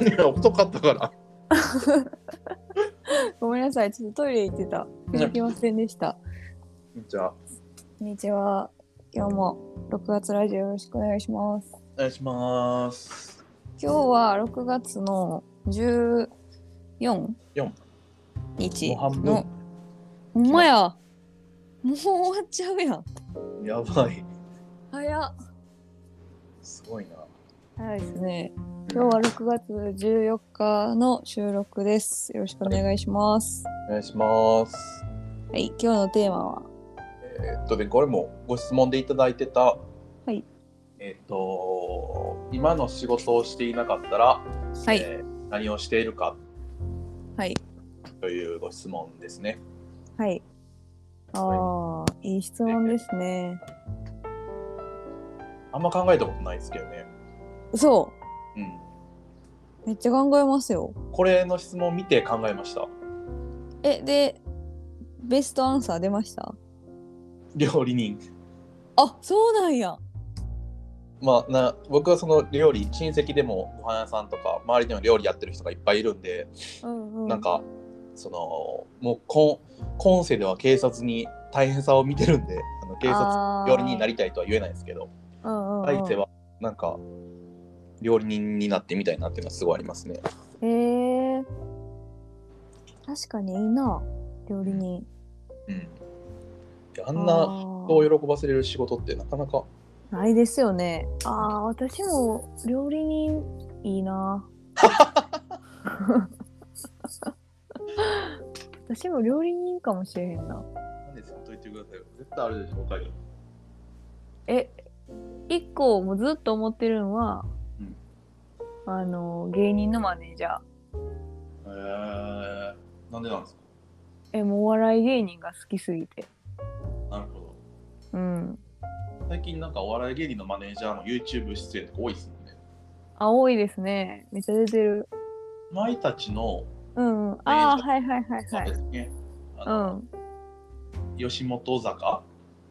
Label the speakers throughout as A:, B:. A: いや 遅かったから
B: ごめんなさい、ちょっとトイレ行ってた。
A: うん
B: 行きませんでした。
A: じゃあ
B: こんにちは。今日も6月ラジオよろしくお願いします。
A: お願いします
B: 今日は6月の14
A: 四
B: 日
A: もう半分
B: の。ほんまや。もう終わっちゃうやん。
A: やばい
B: 早っ。
A: すごいな
B: 早いですね。今日は6月14日の収録です。よろしくお願いします。
A: お願いします
B: はい、今日のテーマは。
A: えーっとでこれもご質問でいただいてた
B: はい
A: えーっと今の仕事をしていなかったら、
B: はい、
A: えー何をしているか
B: はい、
A: というご質問ですね
B: はい。ああ、いい質問ですね。
A: あんま考えたことないですけどね
B: そう。
A: うん
B: めっちゃ考えますよ。
A: これの質問見て考えました
B: え、で、ベストアンサー出ました
A: 料理人
B: あ、そうなんや。
A: まあ、な僕はその料理親戚でもご飯屋さんとか周りにも料理やってる人がいっぱいいるんで、
B: うんうん。
A: なんかそのもう今今世では警察に大変さを見てるんであの警察料理人にな
B: り、
A: りたいとは言えないですけど
B: うんうんうん
A: 相手。はなんか料理人になってみたいなっていうのはすごいありますね。
B: えー、確かにいいな、料理人。
A: うん、であんな人
B: う
A: を喜ばせれる仕事ってなかなか
B: ないですよね。ああ、私も料理人いい な。私も料理人かもしれへんな。
A: なんでそんと言ってくださいよ絶対あるでしょ他に
B: え一個もうずっと思ってるのは、
A: うん
B: あの芸人のマネージャー
A: えー、なんでなんですか
B: えもうお笑い芸人が好きすぎて
A: なるほど
B: うん
A: 最近なんかお笑い芸人のマネージャーの YouTube 出演とか多いですもんね。
B: 青いですねめっちゃ出てる
A: お前たちの、
B: うんうん
A: マネー
B: ああ
A: ジャー
B: はいはいはい
A: そう
B: はい
A: ですね、あ
B: う
A: の
B: ん
A: 吉本坂、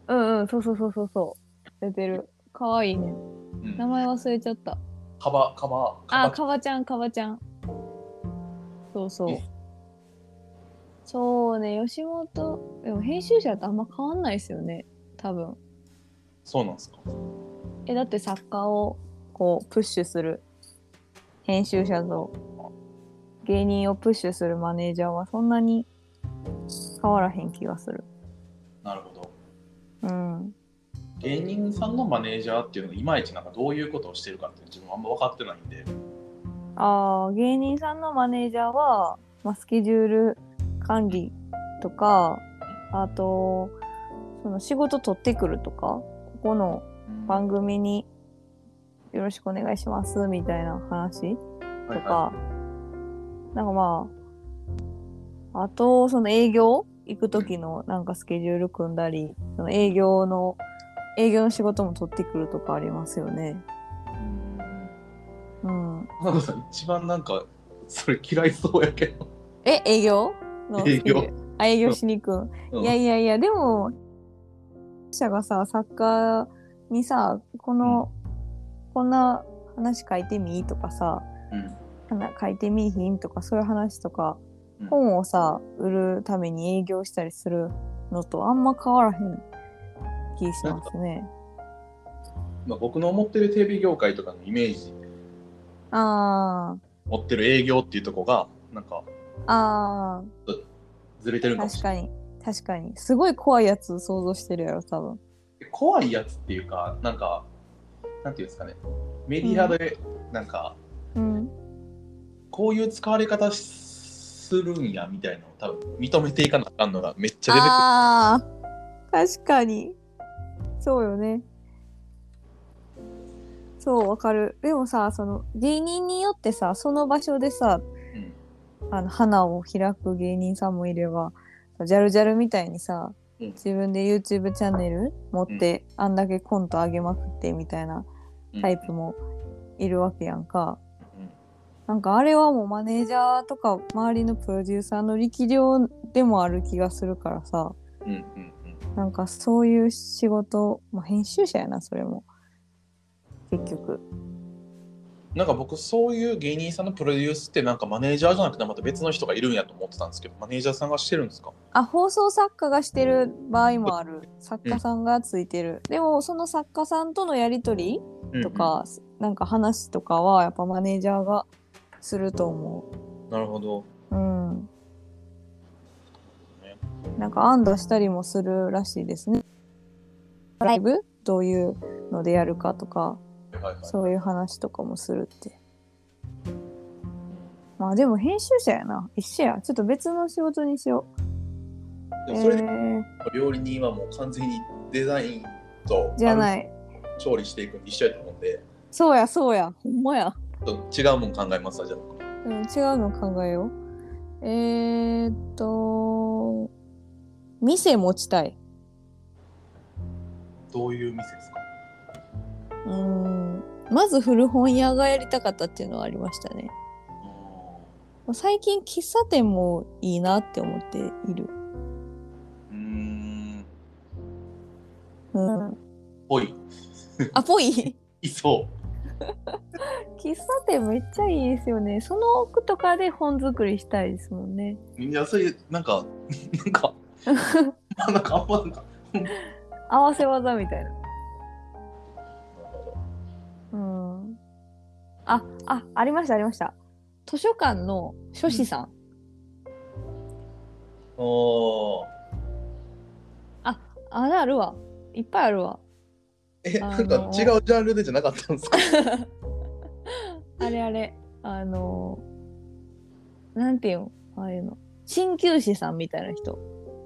B: うんうんそうそうそうそうそう出てるかわいいね
A: うん
B: 名前忘れちゃった
A: カバ、カバ、
B: あー
A: カ
B: かばちゃんかばちゃんそうそ
A: え
B: うそうね吉本でも編集者とあんま変わんないですよね多分
A: そうなんですか。
B: えだって作家をこうプッシュする編集者と芸人をプッシュするマネージャーはそんなに変わらへん気がする
A: なるほど。
B: うん
A: 芸人さんのマネージャーっていうのがいまいちなんかどういうことをしてるかって自分はあんま分かってないんで。
B: あー芸人さんのマネージャーは、まあ、スケジュール管理とかあとその仕事取ってくるとかここの番組によろしくお願いしますみたいな話
A: と
B: とか、なんかまあ、あと、その営業行く時のなんかスケジュール組んだり、その営業の、営業の仕事も取ってくるとかありますよね。うん。
A: 花子さん、一番なんか、それ嫌いそうやけど。
B: え、営業のスケジュール
A: 営業
B: あ、営業しに行くん。いや
A: うん
B: いやいや、でも、社がさ、作家にさ、この、こんな話書いてみとかさ、
A: うん
B: 花書いてみいひんとかそういう話とか、
A: うん
B: 本をさ売るために営業したりするのとあんま変わらへん気しますね。
A: まあ、僕の思ってるテレビ業界とかのイメージ、
B: あ
A: 持ってる営業っていうとこが、なんか、
B: ああ
A: ずれてる
B: あ
A: のかもし
B: 確
A: れない。
B: かに確かにすごい怖いやつ想像してるやろ多分。
A: 怖いやつっていうか、なんか、なんていうんですかね、メディアで、なんか、
B: うん、
A: こういう使われ方するんやみたいなのを多分認めていかなあかんのがめっちゃ出てくる。
B: ああ確かにそうよね。そうわかる。でもさその芸人によってさその場所でさ
A: うん
B: あの花を開く芸人さんもいればジャルジャルみたいにさ、
A: うん
B: 自分で YouTube チャンネル持って、あんだけコント上げまくってみたいな
A: うん
B: タイプもいるわけやんか、
A: うん
B: なんかあれはもうマネージャーとか周りのプロデューサーの力量でもある気がするからさ
A: うんうんうん
B: なんかそういう仕事、まあ、編集者やなそれも結局
A: なんか僕そういう芸人さんのプロデュースってなんかマネージャーじゃなくてまた別の人がいるんやと思ってたんですけどマネージャーさんがしてるんですか
B: あ放送作家がしてる場合もある作家さんがついてる、でもその作家さんとのやり取りと、か、なんか話とかはやっぱマネージャーがすると思
A: うんなるほど
B: ううん
A: ね
B: なんか安打したりもするらしいですねライブどういうのでやるかとか
A: はいはい
B: そういう話とかもするってまあでも編集者やな一緒やちょっと別の仕事にしよう
A: でもそれ
B: え
A: で
B: ー
A: 料理人はもう完全にデザインと
B: じゃ
A: あ
B: な
A: る
B: い
A: 調理していくの一緒やと思うんで
B: そうやそうやほんまや
A: ちょっと違うもん考えますわじゃあ僕
B: うん、違うの考えよう。えー、っと、店持ちたい。
A: どういう店ですか
B: うん。まず古本屋がやりたかったっていうのはありましたね。最近喫茶店もいいなって思っている。
A: うーん
B: うん。
A: ぽい
B: あ、ぽい
A: いそ
B: 喫茶店めっちゃいいですよね。その奥とかで本作りしたいですもんね。
A: ういやそれなんか なんかなんかあんまなんか
B: 合わせ技みたいな。
A: なるほど
B: うん。あ、あ、ありましたありました。図書館の書士さん。
A: おー
B: あれあるわ。いっぱいあるわ。
A: え
B: あの
A: な
B: ー
A: んか違うジャンルでじゃなかったんですか
B: あれあれ、あのー、なんていうん、ああいうの。鍼灸師さんみたいな人。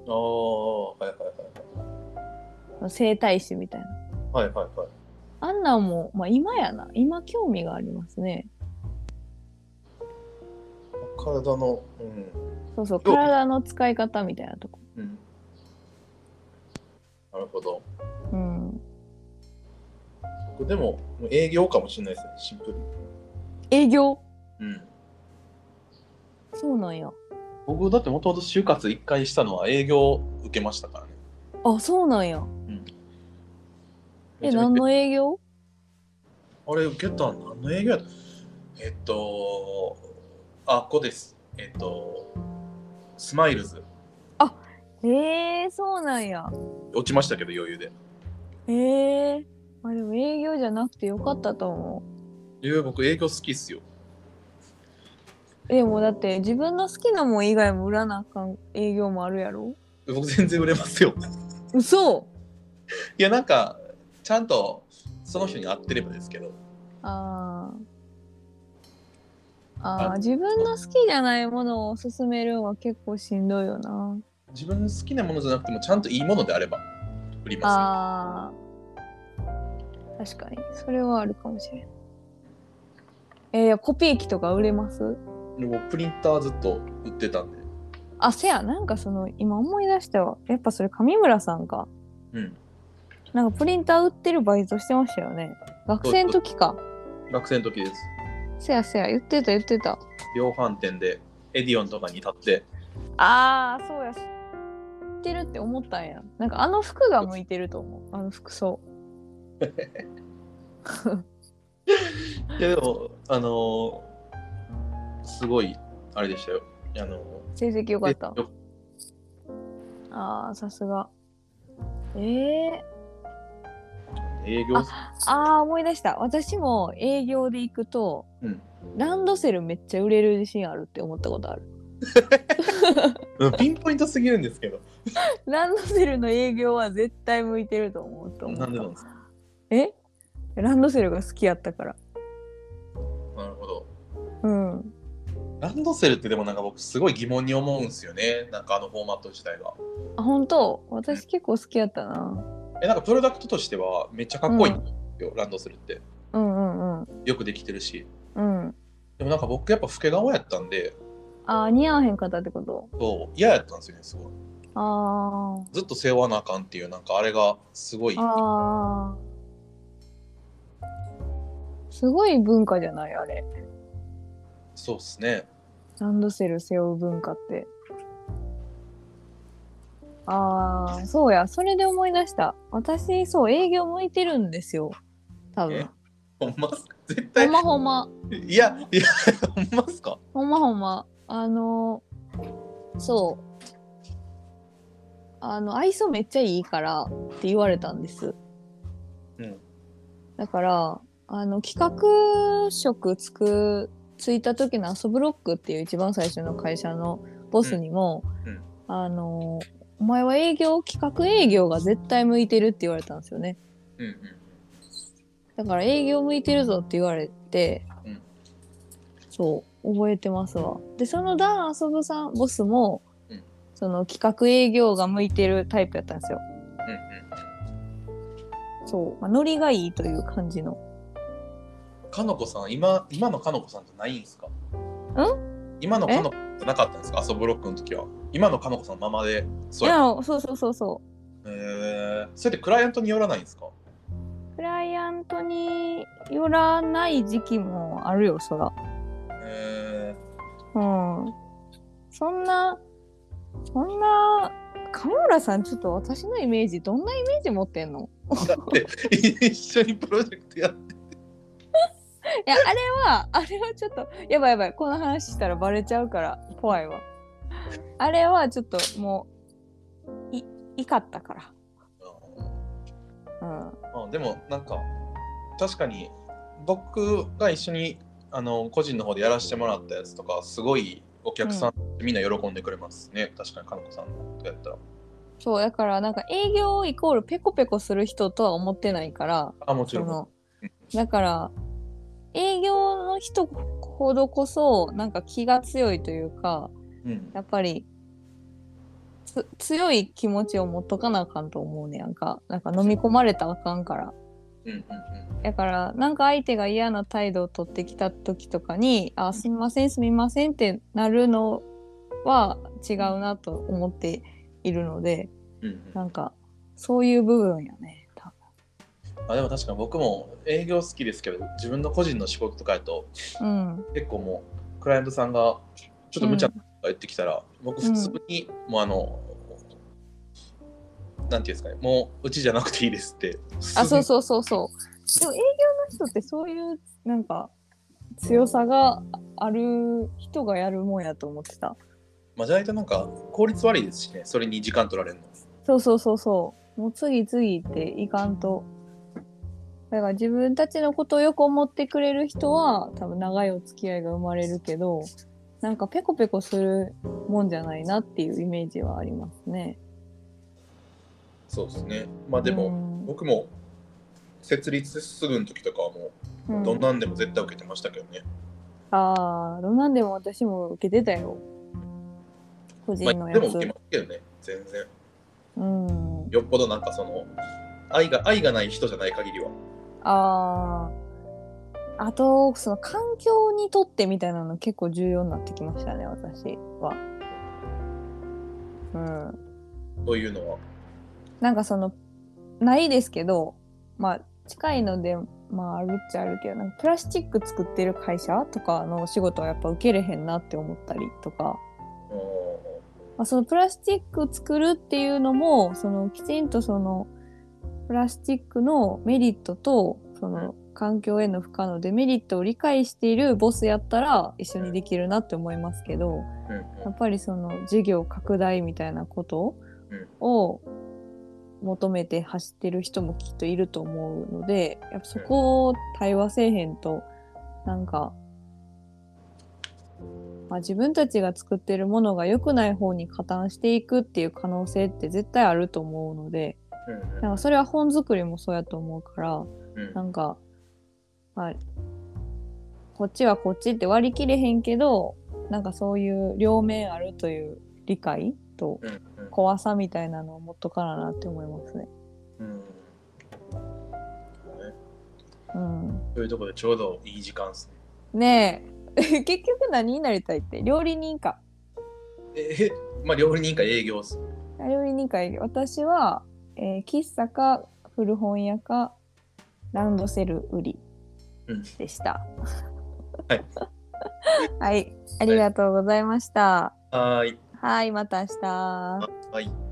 A: ああはいはい
B: 整体師みたいな。
A: はいはいはいはい
B: あんなんも、まあ今やな。今興味がありますね。
A: 体のうん、
B: そうそう、
A: 興味
B: 体の使い方みたいなとこ。
A: うん、なるほど
B: うん。
A: 僕でももう営業かもしれないですねシンプルに
B: 営業
A: うん
B: そうなんや。
A: 僕だってもともと就活1回したのは営業受けましたからね
B: あ、そうなんや。え、
A: めちゃ
B: 何
A: めちゃ
B: の営業
A: あれ受けたの何の営業やったえっとあここですえっとスマイルズ
B: えー、そうなんや。
A: 落ちましたけど余裕で
B: えー。まあでも営業じゃなくてよかったと思う。
A: いや僕営業好きっすよ
B: でもだって自分の好きなもん以外も売らなあかん営業もあるやろ
A: 僕全然売れますよ
B: 嘘
A: いやなんかちゃんとその人に合ってればですけど
B: あーあー
A: あ
B: 自分の好きじゃないものを勧めるのは結構しんどいよな
A: 自分の好きなものじゃなくてもちゃんといいものであれば売りま
B: あー確かにそれはあるかもしれないえー、コピー機とか売れます
A: す、ね、もうプリンターずっと売ってたんで
B: あせやなんかその今思い出したわやっぱそれ上村さんか
A: うん
B: なんかプリンター売ってるバイトしてましたよね学生の時か
A: 学生の時です
B: せやせや言ってた言ってた
A: 量販店でエディオンとかに立って
B: ああそうや知ってるって思ったんやなんかあの服が向いてると思うあの服装
A: いやでもあのーすごいあれでしたよあの
B: 成績良
A: ー
B: かった
A: えよ
B: ああさすがええ
A: 営業
B: ああ思い出した私も営業で行くと、
A: うん
B: ランドセルめっちゃ売れる自信あるって思ったことある
A: うんピンポイントすぎるんですけど
B: ランドセルの営業は絶対向いてると思うと思っ
A: な
B: た
A: んでなんですか
B: えランドセルが好きやったから
A: なるほど
B: うん
A: ランドセルってでもなんか僕すごい疑問に思うんですよねなんかあのフォーマット自体が
B: あ本当私結構好きやったな
A: えなんかプロダクトとしてはめっちゃかっこいいんよ、ランドセルって
B: うんうんうん
A: よくできてるし
B: うん
A: でもなんか僕やっぱ老け顔やったんで
B: あー似合わへんかったってこと
A: そう嫌やったんですよねすごい
B: あー
A: ずっと背負わなあかんっていうなんかあれがすごい
B: あーすごい文化じゃないあれ
A: そうっすね
B: ランドセル背負う文化ってああそうやそれで思い出した私そう営業向いてるんですよ多
A: え
B: 分
A: ほんまっすか絶
B: ほ
A: 対
B: んまほんま
A: いやいやほんまっすか
B: ほんまほんまあのそうあの愛想めっちゃいいからって言われたんです
A: うん
B: だからあの企画職つくついた時のアソブロックっていう一番最初の会社のボスにも、
A: うんうん
B: あのお前は営業企画営業が絶対向いてるって言われたんですよね
A: うんうん
B: だから営業向いてるぞって言われて、
A: うん
B: そう覚えてますわでそのダン遊ぶさんボスも、
A: うん
B: その企画営業が向いてるタイプやったんですよ
A: うん
B: そう、まあ、ノリがいいという感じの
A: うんかのこさん今今のかのこさんじゃないんですかん今のかのこじゃなかったんですか遊ぶロックの時は今のかのこさんのままで
B: い
A: そう
B: や
A: や
B: そうそうそうそう
A: えー、それってクライアントによらないんですか
B: クライアントによらない時期もあるよ、そら。
A: え
B: うん。そんな、そんな、神村さん、ちょっと私のイメージ、どんなイメージ持ってんの
A: ー、だって 一緒にプロジェクトやって
B: いや、あれは、あれはちょっと、やばいやばい、この話したらバレちゃうから、怖いわ。あれはちょっともう、い、怒った
A: あ
B: から。
A: ーでもなんか確かに僕が一緒にあの個人の方でやらせてもらったやつとかすごいお客さん、みんな喜んでくれますね確かにかのこさんとやったら
B: うん。そう、だから、なんか営業イコールペコペコする人とは思ってないから、
A: あもち
B: そ
A: ろん
B: のだから営業の人ほどこそなんか気が強いというか
A: うん
B: やっぱりつ強い気持ちを持っとかなあかんと思うねやんかなんか飲み込まれたらあかんから
A: うんうん
B: だからなんか相手が嫌な態度を取ってきた時とかに「あすみませんすみません」ってなるのは違うなと思っているので
A: うんうんう
B: なんんかそういう部分やね多
A: あでも確かに僕も営業好きですけど自分の個人の仕事とかやと
B: 分。うん
A: 結構もうクライアントさんがちょっと無茶なことが言ってきたら、僕普通に、もうあのなんていうんですかねもううちじゃなくていいですって
B: あそうそうそうそう。でも営業の人ってそういうなんか強さがある人がやるもんやと思ってた。
A: まあじゃないとなんか効率悪いですしねそれに時間取られるの
B: そうそうそうそう。もう次々っていかんと。だから自分たちのことをよく思ってくれる人は多分長いお付き合いが生まれるけどなんかペコペコするもんじゃないなっていうイメージはありますね。
A: そうですねまあでも、僕も設立すぐの時とかはも
B: うん、
A: う
B: う
A: どんなんでも絶対受けてましたけどね、
B: ああどんなんでも私も受けてたよ個人
A: ま
B: の
A: あ、で
B: や
A: も
B: つ
A: 受。けますけどね全然
B: うん
A: よっぽどなんかその愛が愛がない人じゃない限りは
B: ああ。あと、その環境にとってみたいなの結構重要になってきましたね、私は。うん。
A: というのは
B: なんかその、ないですけど、まあ、近いので、まあ、あるっちゃあるけど、なんかプラスチック作ってる会社とかの仕事はやっぱ受けれへんなって思ったりとか、
A: う
B: まあ、そのプラスチック作るっていうのもそのきちんとそのプラスチックのメリットとその環境への負荷のデメリットを理解しているボスやったら一緒にできるなって思いますけど
A: んうん
B: やっぱりその事業拡大みたいなことを求めて走ってる人もきっといると思うのでやっぱそこを対話せえへんとなんか、まあ、自分たちが作ってるものが良くない方に加担していくっていう可能性って絶対あると思うので
A: うん
B: なんかそれは本作りもそうやと思うから
A: うん
B: なんか、まあ、こっちはこっちって割り切れへんけどなんかそういう両面あるという理解と
A: うんうん
B: 怖さみたいなのを持っとかななって思いますね。
A: うんね
B: うん、
A: そういうところでちょうどいい時間ですね。
B: ねえ 結局何になりたいって料理人か
A: ええ、まあ料理人か営業っす。
B: 料理人か私は、えー喫茶か古本屋かランドセル売り
A: うん
B: でした。
A: はい
B: はい、ありがとうございました。
A: はーい。
B: はい、また明日。
A: はい。